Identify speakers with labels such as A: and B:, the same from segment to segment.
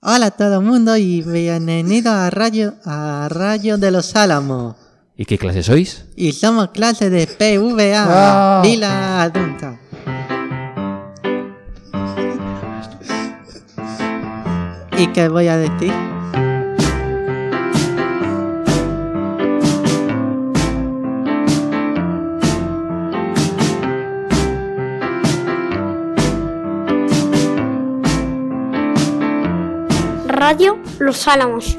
A: Hola a todo mundo y bienvenido a Radio, a Radio de los Álamos.
B: ¿Y qué clase sois?
A: Y somos clase de PVA, Lila Adulta. ¿Y qué voy a decir?
C: Radio Los Álamos.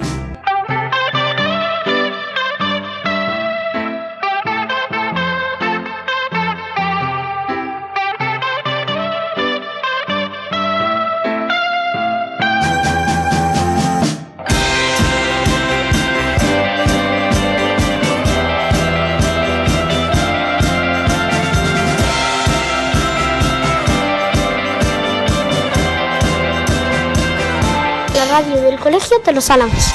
C: La radio del Colegio de Los Álamos.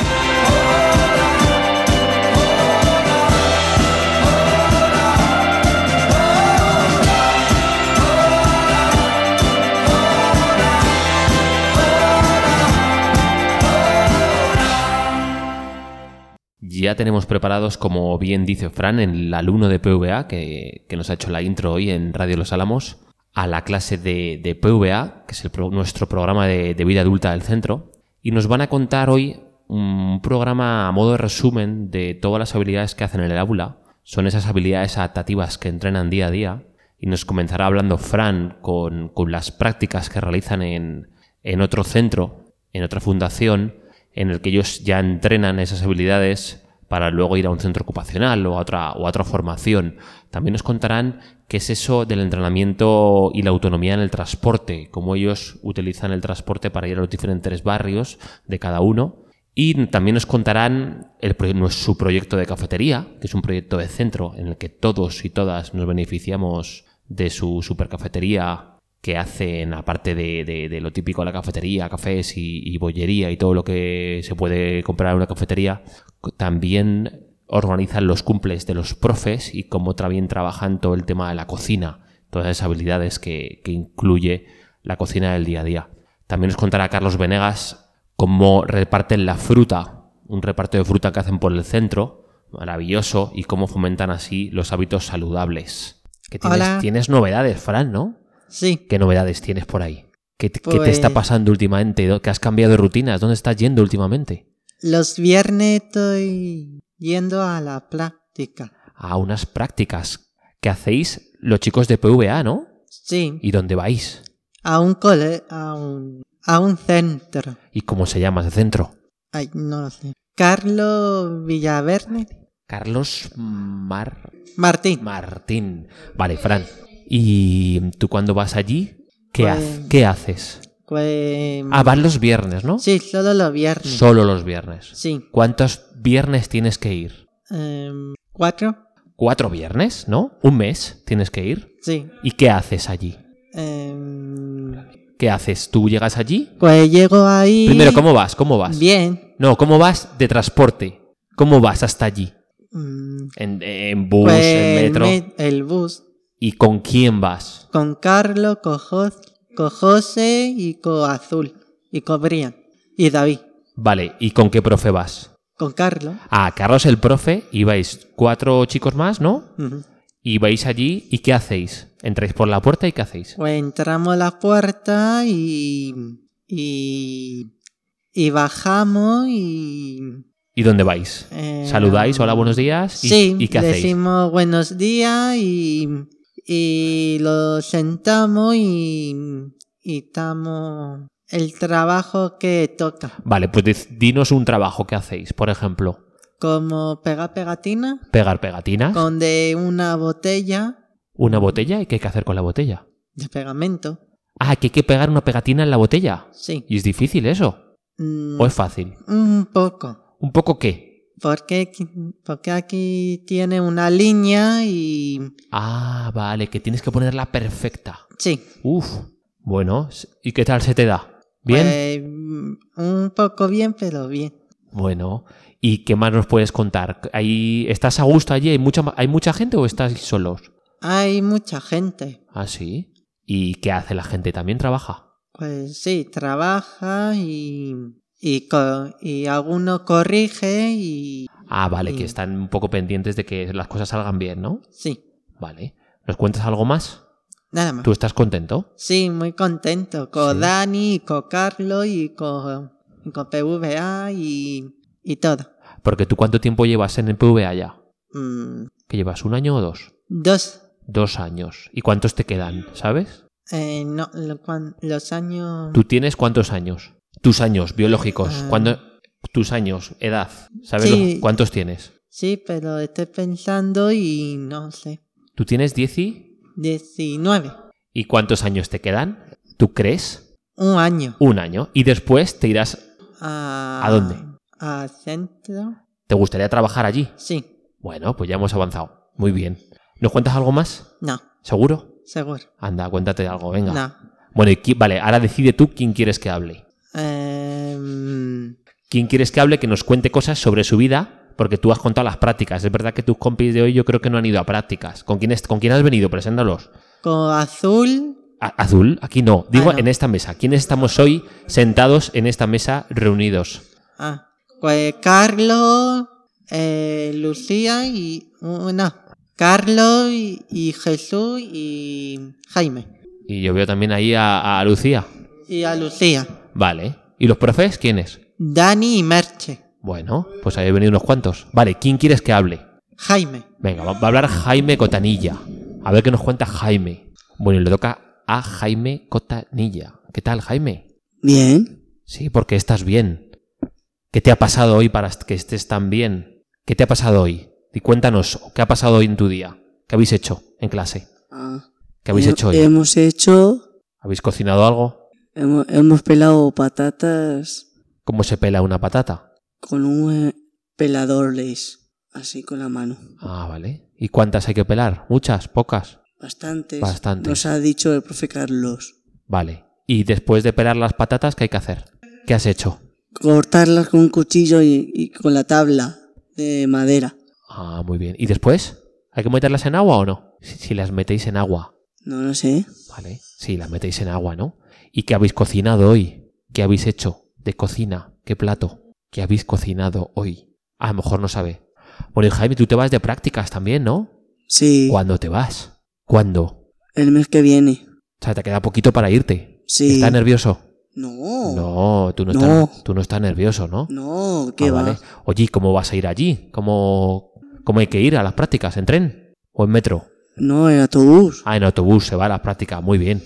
B: Ya tenemos preparados, como bien dice Fran, el alumno de PVA que, que nos ha hecho la intro hoy en Radio Los Álamos, a la clase de, de PVA, que es el pro- nuestro programa de, de vida adulta del centro, y nos van a contar hoy un programa a modo de resumen de todas las habilidades que hacen en el aula. Son esas habilidades adaptativas que entrenan día a día y nos comenzará hablando Fran con, con las prácticas que realizan en, en otro centro, en otra fundación, en el que ellos ya entrenan esas habilidades para luego ir a un centro ocupacional o a otra, o a otra formación. También nos contarán qué es eso del entrenamiento y la autonomía en el transporte, cómo ellos utilizan el transporte para ir a los diferentes barrios de cada uno. Y también nos contarán el proye- nues- su proyecto de cafetería, que es un proyecto de centro en el que todos y todas nos beneficiamos de su supercafetería que hacen, aparte de, de- de lo típico de la cafetería, cafés y, y bollería y todo lo que se puede comprar en una cafetería, co- también organizan los cumples de los profes y cómo también trabajan todo el tema de la cocina, todas esas habilidades que, que incluye la cocina del día a día. También nos contará Carlos Venegas cómo reparten la fruta, un reparto de fruta que hacen por el centro, maravilloso, y cómo fomentan así los hábitos saludables. Que tienes,
A: Hola.
B: tienes novedades, Fran, ¿no?
A: Sí,
B: ¿Qué novedades tienes por ahí? ¿Qué, te- qué te
A: Pues-
B: está pasando últimamente? ¿Dó- ¿Qué has cambiado de rutinas? ¿Dónde estás yendo últimamente?
A: los viernes estoy yendo a la práctica.
B: A unas prácticas que hacéis los chicos de PVA, ¿no?
A: Sí,
B: ¿Y dónde vais?
A: a un cole, a un, a un centro.
B: ¿Y cómo se llama ese centro?
A: Ay, no lo sé. Carlos Villaverde.
B: Carlos Mar...
A: Martín.
B: Martín. Vale, Fran. ¿Y tú cuando vas allí? ¿Qué,
A: Pues-
B: haz- qué haces?
A: Pues,
B: Ah, vas los viernes, ¿no?
A: Sí, solo los viernes.
B: Solo los viernes.
A: sí.
B: ¿Cuántos viernes tienes que ir?
A: Em, ¿Cuatro?
B: Cuatro viernes, ¿no? Un mes tienes que ir.
A: Sí.
B: ¿Y qué haces allí?
A: Em,
B: ¿Qué haces? ¿Tú llegas allí?
A: pues llego ahí.
B: Primero, ¿cómo vas? ¿Cómo vas?
A: Bien.
B: No, ¿cómo vas de transporte? ¿Cómo vas hasta allí?
A: Mm,
B: ¿En, en bus,
A: pues
B: en
A: el
B: metro?
A: me- el bus.
B: ¿Y con quién vas?
A: Con Carlos, con, Jos- con José y con Azul. Y con Brian. Y David.
B: Vale, ¿y con qué profe vas?
A: Con Carlos.
B: Ah, Carlos el profe, y vais cuatro chicos más, ¿no?
A: Ujú.
B: Y vais allí, ¿y qué hacéis? ¿Entráis por la puerta y qué hacéis?
A: Pues entramos a la puerta y. y. y bajamos y.
B: ¿Y dónde vais?
A: eh,
B: ¿Saludáis? Hola, buenos días. ¿Y,
A: Sí,
B: ¿y qué hacéis?
A: decimos buenos días y. y lo sentamos y. y estamos. el trabajo que toca.
B: Vale, pues diz- dinos un trabajo que hacéis. Por ejemplo,
A: Como pegar pegatina,
B: pegar pegatinas,
A: con de una botella
B: una botella, ¿y qué hay que hacer con la botella?
A: de pegamento.
B: Ah, que hay que pegar una pegatina en la botella.
A: Sí.
B: ¿Y es difícil eso?
A: Mm,
B: ¿O es fácil?
A: un poco.
B: ¿Un poco qué?
A: Porque, aquí- porque aquí tiene una línea y...
B: Ah, vale, que tienes que ponerla perfecta.
A: Sí.
B: Uf. Bueno, s- ¿y qué tal se te da? ¿Bien?
A: pues, mm, un poco bien, pero bien.
B: Bueno, ¿y qué más nos puedes contar? ¿Ahí ¿Estás a gusto allí? ¿Hay mucha, ma- ¿Hay mucha gente o estás solos?
A: Hay mucha gente.
B: Ah, sí. ¿Y qué hace la gente? ¿También trabaja?
A: Pues sí, trabaja y... y, co- y alguno corrige y
B: Ah, vale, que
A: Sí.
B: están un poco pendientes de que las cosas salgan bien, ¿no?
A: sí,
B: Vale. ¿Nos cuentas algo más?
A: nada más.
B: ¿Tú estás contento?
A: Sí, muy contento con
B: Sí.
A: Dani, y con Carlos y con, y con PVA y, y todo.
B: Porque tú cuánto tiempo llevas en el PVA ya?
A: Mm,
B: ¿Que llevas un año o dos?
A: dos,
B: Dos años. ¿Y cuántos te quedan? ¿Sabes?
A: eh, no, lo- cuan- los años...
B: ¿Tú tienes cuántos años? Tus años biológicos.
A: Ah.
B: ¿Cuándo? Tus años, edad. ¿Sabes
A: Sí.
B: lo- cuántos tienes?
A: Sí, pero estoy pensando y no sé.
B: ¿Tú tienes 10 y?
A: 19.
B: ¿Y cuántos años te quedan? ¿Tú crees?
A: Un año.
B: Un año. Y después te irás.
A: ¿A,
B: ¿A dónde?
A: A centro.
B: ¿Te gustaría trabajar allí?
A: Sí,
B: Bueno, pues ya hemos avanzado. Muy bien. ¿Nos cuentas algo más?
A: no,
B: ¿Seguro?
A: seguro.
B: Anda, cuéntate algo, venga.
A: No.
B: Bueno, y qui- vale, ahora decide tú quién quieres que hable.
A: Em,
B: ¿Quién quieres que hable que nos cuente cosas sobre su vida? Porque tú has contado las prácticas. Es verdad que tus compis de hoy yo creo que no han ido a prácticas. ¿Con quién, es- con quién has venido? Preséntalos.
A: con azul,
B: A- Azul, aquí no. Digo
A: Ah, no.
B: en esta mesa. ¿Quiénes estamos hoy sentados en esta mesa reunidos?
A: ah, pues Carlos, eh, Lucía y. uh, No, Carlos y, y Jesús y Jaime.
B: Y yo veo también ahí a, a Lucía.
A: Y a Lucía.
B: Vale. ¿Y los profes quiénes?
A: Dani y Merche.
B: Bueno, pues habéis venido unos cuantos. Vale, ¿quién quieres que hable?
A: Jaime.
B: Venga, va va a hablar Jaime Cotanilla. A ver qué nos cuenta Jaime. Bueno, y le toca a Jaime Cotanilla. ¿Qué tal, Jaime?
D: Bien,
B: Sí, porque estás bien. ¿Qué te ha pasado hoy para est- que estés tan bien? ¿Qué te ha pasado hoy? Y cuéntanos, ¿qué ha pasado hoy en tu día? ¿Qué habéis hecho en clase?
D: Ah,
B: ¿Qué habéis
D: he-
B: hecho hoy?
A: eh,
D: Hemos hecho,
B: ¿Habéis cocinado algo?
D: hemo- hemos pelado patatas
B: ¿Cómo se pela una patata?
D: con un eh, pelador lace, así con la mano.
B: Ah, vale. ¿Y cuántas hay que pelar? ¿Muchas? ¿Pocas?
D: Bastantes.
B: Bastantes.
D: Nos ha dicho el profe Carlos.
B: Vale. ¿Y después de pelar las patatas, qué hay que hacer? ¿Qué has hecho?
D: Cortarlas con un cuchillo y, y con la tabla de madera.
B: Ah, muy bien. ¿Y después? ¿Hay que meterlas en agua o no? Si, si las metéis en agua.
D: No lo sé.
B: Vale, sí, las metéis en agua, ¿no? ¿Y qué habéis cocinado hoy? ¿Qué habéis hecho de cocina? ¿Qué plato? ¿Qué habéis cocinado hoy? A lo mejor no sabe. Bueno, y Jaime, tú te vas de prácticas también, ¿no?
D: Sí.
B: ¿Cuándo te vas? ¿Cuándo? O
D: El mes que viene.
B: sea, te queda poquito para irte.
D: Sí.
B: ¿Estás nervioso?
D: No.
B: No, tú no,
D: No.
B: Estás, tú no estás nervioso, ¿no?
D: No,
B: Ah,
D: ¿qué va?
B: vale. Oye, ¿y ¿cómo vas a ir allí? ¿Cómo, ¿Cómo hay que ir a las prácticas? ¿En tren? ¿O en metro?
D: No, el autobús.
B: Ah, en autobús se va a las prácticas, muy bien.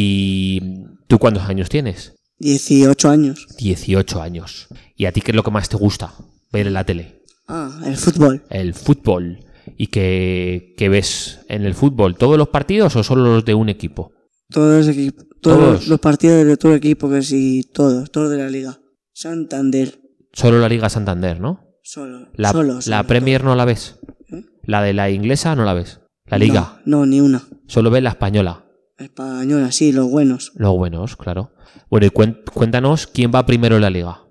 B: ¿Y tú cuántos años tienes?
D: 18 años.
B: 18 años. ¿Y a ti qué es lo que más te gusta ver en la tele?
D: Ah, el fútbol.
B: El fútbol. ¿Y qué, qué ves en el fútbol? ¿Todos los partidos o solo los de un equipo?
D: Todos, los equip- todos,
B: Todos.
D: los partidos de todo el equipo, que sí, todos, todos de la liga. Santander,
B: Solo la Liga Santander, ¿no?
D: solo.
B: La,
D: solo,
B: la
D: solo,
B: Premier no la ves.
D: ¿Eh?
B: La de la inglesa no la ves. La
D: todo.
B: Liga.
D: No, no, ni una.
B: Solo ves la española.
D: Española, sí, los buenos.
B: Los buenos, claro. Bueno, y cuen- cuéntanos quién va primero en la Liga.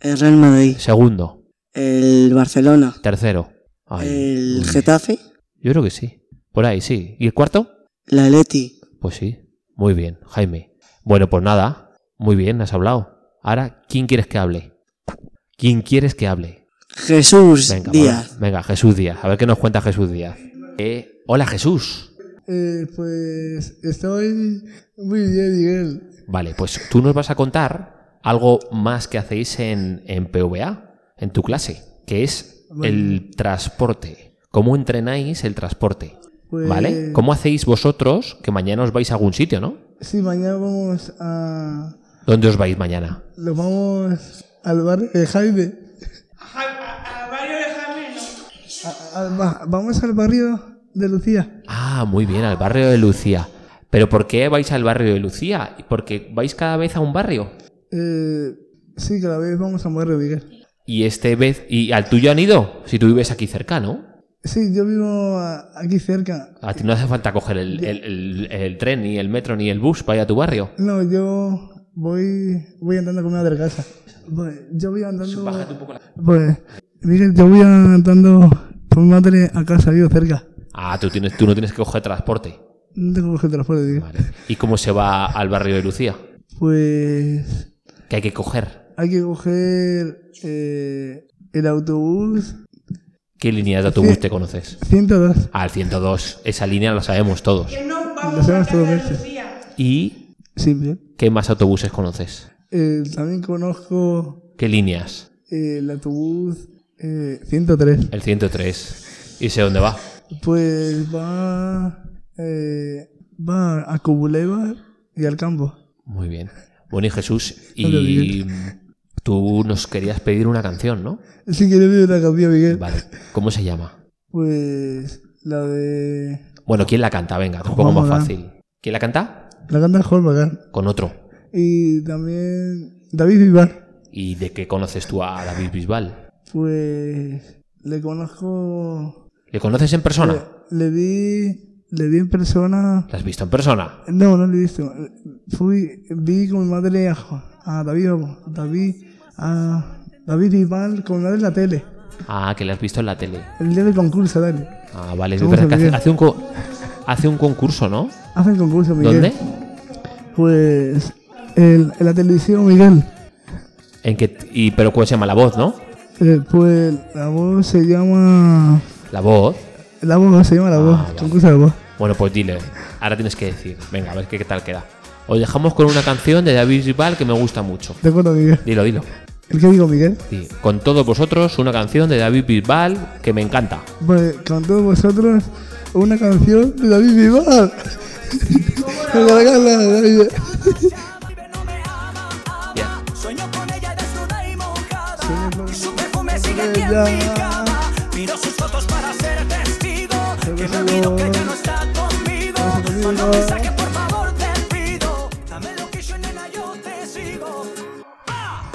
D: El Real Madrid,
B: Segundo.
D: el Barcelona,
B: Tercero. Ay,
D: el
B: uy.
D: Getafe,
B: Yo creo que sí. Por ahí, sí. ¿Y el cuarto?
D: la Atleti.
B: Pues sí. Muy bien, Jaime. Bueno, pues nada. Muy bien, has hablado. Ahora, ¿quién quieres que hable? ¿Quién quieres que hable?
D: Jesús
B: Venga,
D: Díaz.
B: mola. venga, Jesús Díaz. A ver qué nos cuenta Jesús Díaz. Eh, hola, Jesús.
E: Eh, pues estoy muy bien, Miguel.
B: Vale, pues tú nos vas a contar algo más que hacéis en, en PVA, en tu clase, que es el transporte. ¿Cómo entrenáis el transporte?
E: Pues-
B: ¿Vale? ¿Cómo hacéis vosotros que mañana os vais a algún sitio, no?
E: Sí, mañana vamos a.
B: ¿Dónde os vais mañana?
E: Nos vamos al barrio de Jaime. Al barrio de Jaime, vamos al barrio de Lucía.
B: Ah, muy bien, al barrio de Lucía. ¿Pero por qué vais al barrio de Lucía? Porque vais cada vez a un barrio.
E: Eh, sí, cada vez vamos a barrio, Miguel.
B: Y este vez. ¿Y al tuyo han ido? Si tú vives aquí cerca, ¿no?
E: Sí, yo vivo a- aquí cerca.
B: A ti no hace falta coger el, el- el- el tren, ni el metro, ni el bus para ir a tu barrio.
E: No, yo voy, voy andando con una de casa. Pues, yo voy andando.
B: Bájate un poco la-
E: Pues, Miguel, yo voy andando con mi madre a casa, vivo cerca.
B: Ah, tú, tienes, tú no tienes que coger transporte.
E: No tengo que transporte, Miguel.
B: Vale. ¿Y cómo se va al barrio de Lucía?
E: Pues
B: ¿Qué hay que coger?
E: hay hay que coger eh, el autobús
B: ¿Qué líneas de autobús te conoces?
E: 102.
B: Al 102. Esa línea la sabemos todos.
E: Lo sabemos todos meses.
B: ¿Y
E: Simple.
B: qué más autobuses conoces?
E: Eh, también conozco
B: ¿Qué líneas?
E: eh, el autobús eh, 103.
B: El 103. ¿Y sé dónde va?
E: Pues va, eh, va a Cobulevar y al campo.
B: Muy bien. Bueno, y Jesús,
E: Hola,
B: y
E: Miguel.
B: tú nos querías pedir una canción, ¿no?
E: Si quieres ver una canción, Miguel.
B: Vale. ¿Cómo se llama?
E: Pues la de...
B: Bueno, ¿quién la canta? Venga, un poco más
E: Vamos,
B: fácil. ¿Quién la canta?
E: La canta Holmberg.
B: Con otro.
E: Y también David Vivar.
B: ¿Y de qué conoces tú a David Bisbal?
E: Pues le conozco...
B: ¿Le conoces en persona?
E: Le vi, le vi en persona...
B: ¿La has visto en persona?
E: No, no le he visto. Fui, vi con mi madre a, Jo- a David, vamos, David, a David Vivar con mi madre en la tele.
B: Ah, que la has visto en la tele.
E: El día del concurso, dale.
B: Ah, vale. Es
E: Vamos
B: verdad
E: a
B: que hace,
E: ver.
B: hace un co- hace un concurso, ¿no?
E: Hacen concurso, Miguel.
B: ¿Dónde?
E: Pues el- en la televisión, Miguel.
B: ¿En qué, y, pero ¿cómo se llama? La voz, ¿no?
E: Eh, pues la voz se llama...
B: La voz.
E: La voz, se llama la voz.
B: vale.
E: Concurso de la voz.
B: Bueno, pues dile. Ahora tienes que decir. Venga, a ver qué, qué tal queda. Os dejamos con una canción de David Bisbal que me gusta mucho.
E: De acuerdo, Miguel.
B: Dilo, dilo.
E: ¿El qué digo, Miguel?
B: Sí, Con todos vosotros, una canción de David Bisbal que me encanta.
E: Pues con todos vosotros, una canción de David Vivar. Regalarla a David.
F: Sueño con ella desnuda y mojada
E: Sueño con
F: Y su perfume sigue aquí
E: ella.
F: en mi cama Miro sus fotos para ser testigo Que me olvido que ya no está conmigo
E: está conmigo.
F: Manda un mensaje por favor te pido Dame lo que yo nena yo te sigo Pa,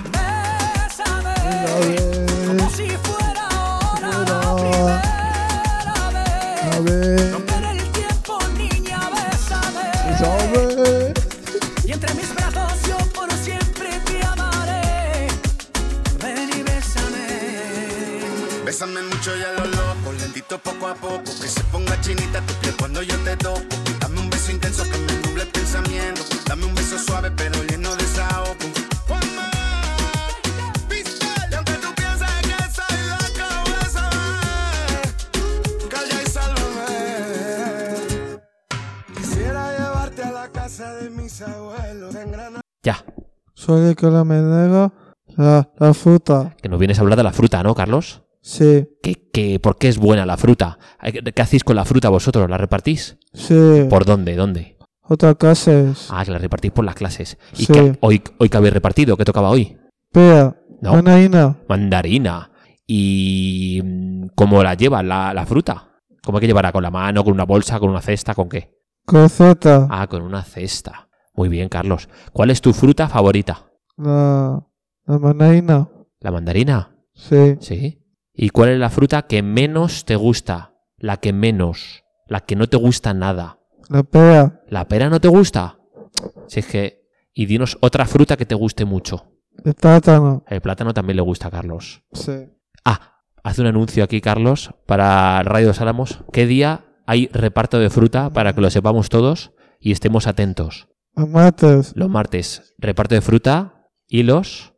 F: Bésame Como si fuera ahora la
E: Fuera.
F: primera
E: A
F: vez
E: ver.
F: Romper el tiempo niña bésame
E: Sobre.
F: y entre mis brazos yo por siempre te amaré. Ven y bésame.
G: Bésame mucho y a lo loco, lentito poco a poco Que se ponga chinita tu piel cuando yo te toco Dame un beso intenso que me nuble el pensamiento Dame un beso suave pero lleno de desahogo Juanma, Pistol. Y aunque tú pienses que soy loco, bésame Calla y sálvame Quisiera llevarte a la casa de mis abuelos en Granada
B: Ya.
H: Soy el que la menega la, la fruta.
B: Que nos vienes a hablar de la fruta, ¿no, Carlos?
H: Sí,
B: ¿Qué, qué, por qué es buena la fruta? ¿Qué qué hacéis con la fruta vosotros? ¿La repartís?
H: sí.
B: ¿Por dónde? ¿Dónde?
H: Otra casa es
B: Ah, que la repartís por las clases. ¿Y
H: Sí.
B: qué- hoy, hoy que habéis repartido? ¿Qué tocaba hoy?
H: pea,
B: No.
H: anaína,
B: Mandarina. ¿Y mm, cómo la lleva la, la fruta? ¿Cómo hay que llevarla? ¿Con la mano? ¿Con una bolsa? ¿Con una cesta? ¿Con qué?
H: coseta,
B: Ah, con una cesta. Muy bien, Carlos. ¿Cuál es tu fruta favorita?
H: la, la manaína.
B: ¿La mandarina?
H: Sí,
B: Sí. ¿Y cuál es la fruta que menos te gusta? La que menos. La que no te gusta nada.
H: la pea,
B: ¿La pera no te gusta? Si es que... Y dinos otra fruta que te guste mucho.
H: el tátano.
B: El plátano también le gusta a Carlos.
H: Sí.
B: Ah, haz un anuncio aquí, Carlos, para Radio Dos Álamos. ¿Qué día hay reparto de fruta para que lo sepamos todos y estemos atentos?
H: Los mates,
B: Los martes, reparto de fruta y los...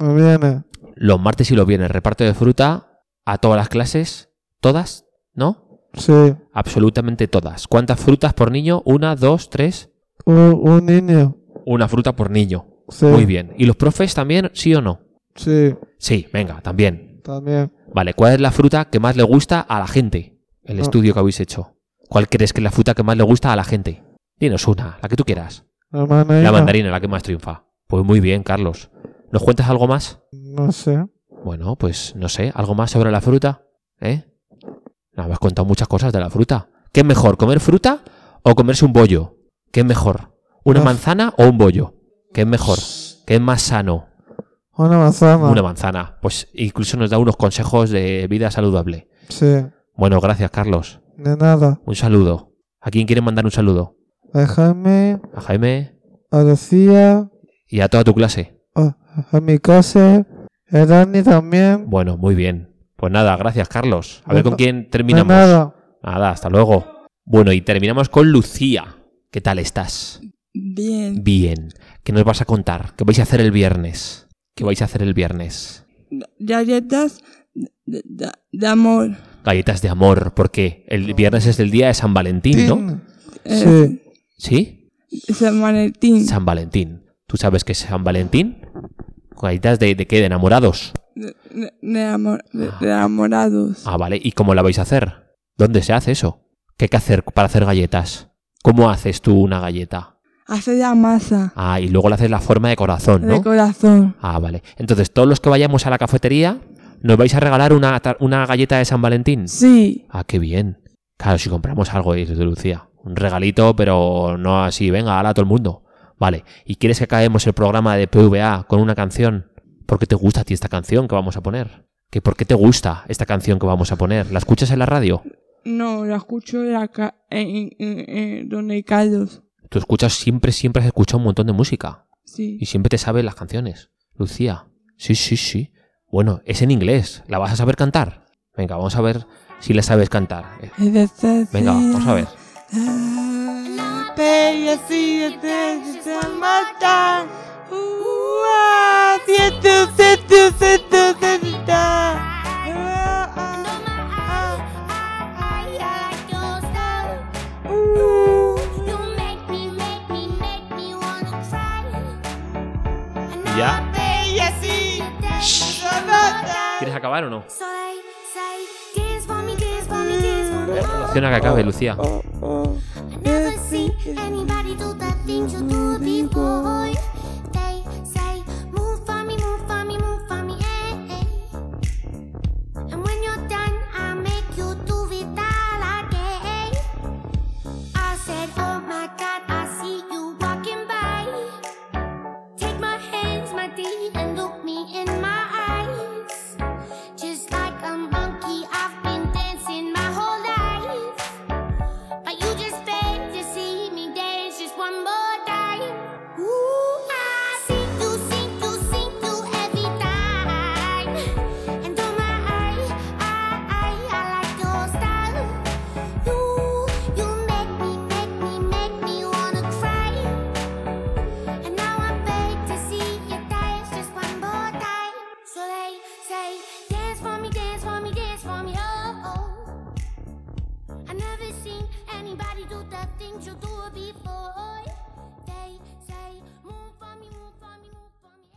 H: me viene.
B: Los martes y los viernes, reparto de fruta a todas las clases. ¿Todas? ¿No?
H: Sí,
B: Absolutamente todas. ¿Cuántas frutas por niño? Una, dos, tres.
H: un, un niño.
B: Una fruta por niño.
H: Sí,
B: Muy bien. ¿Y los profes también, sí o no?
H: Sí,
B: Sí, venga, también.
H: también.
B: Vale, ¿cuál es la fruta que más le gusta a la gente? El
H: Ah.
B: estudio que habéis hecho. ¿Cuál crees que es la fruta que más le gusta a la gente? Dinos una, la que tú quieras.
H: La manaína.
B: La mandarina, la que más triunfa. Pues muy bien, Carlos. ¿Nos cuentas algo más?
H: No sé.
B: Bueno, pues no sé, ¿algo más sobre la fruta? ¿Eh? No, me has contado muchas cosas de la fruta. ¿Qué es mejor, comer fruta o comerse un bollo? ¿Qué es mejor? ¿Una
H: Uf.
B: manzana o un bollo? ¿Qué es mejor? ¿Qué es más sano?
H: Una manzana.
B: Una manzana. Pues incluso nos da unos consejos de vida saludable.
H: Sí,
B: Bueno, gracias, Carlos.
H: de nada.
B: Un saludo. ¿A quién quieren mandar un saludo?
H: A Jaime,
B: A Jaime
H: a Lucía,
B: y a toda tu clase.
H: a, a mi casa, a Dani también.
B: Bueno, muy bien. Pues nada, gracias, Carlos. A ver
H: Bueno,
B: con quién
H: De
B: terminamos.
H: nada.
B: Nada, hasta luego. Bueno, y terminamos con Lucía. ¿Qué tal estás?
I: Bien.
B: Bien. ¿Qué nos vas a contar? ¿Qué vais a hacer el viernes? que vais a hacer el viernes.
I: Galletas de, de- de amor.
B: Galletas de amor, porque el viernes es el día de San Valentín, ¿no?
I: Eh,
H: Sí.
B: ¿Sí?
I: San Valentín.
B: San Valentín. ¿Tú sabes qué es San Valentín? Galletas de, de qué? De enamorados.
I: De, de- de amor, de, de enamorados.
B: Ah, vale. ¿Y cómo la vais a hacer? ¿Dónde se hace eso? ¿Qué hay que hacer para hacer galletas? ¿Cómo haces tú una galleta?
I: Hace la masa
B: Ah, y luego le haces la forma de corazón,
I: de
B: ¿no?
I: corazón.
B: Ah, vale. Entonces, todos los que vayamos a la cafetería, nos vais a regalar una, tar- una galleta de San Valentín.
I: Sí.
B: Ah, qué bien. Claro, si compramos algo, dice Lucía. Un regalito, pero no así, venga, hala a todo el mundo. Vale, ¿y quieres que acabemos el programa de PVA con una canción? ¿Por qué te gusta a ti esta canción que vamos a poner? ¿Que ¿Por qué te gusta esta canción que vamos a poner? ¿La escuchas en la radio?
I: No, la escucho en la ca- en, en- en- donde Carlos.
B: Tú escuchas siempre, siempre has escuchado un montón de música.
I: Sí.
B: Y siempre te sabes las canciones. Lucía. Sí, sí, sí. Bueno, es en inglés. ¿La vas a saber cantar? Venga, vamos a ver si la sabes cantar. Eh,
I: Es de este ser-
B: Venga, vamos a ver.
I: Ah, Bella, sí, es de- es de matar. Uh, ah, siete, siete, siete, siete. Ah, ah,
B: ¿Ya? ¿Quieres acabar o no? Opción a que acabe, Lucía.
I: ah, ah.
F: Anybody do the things you do before "Oh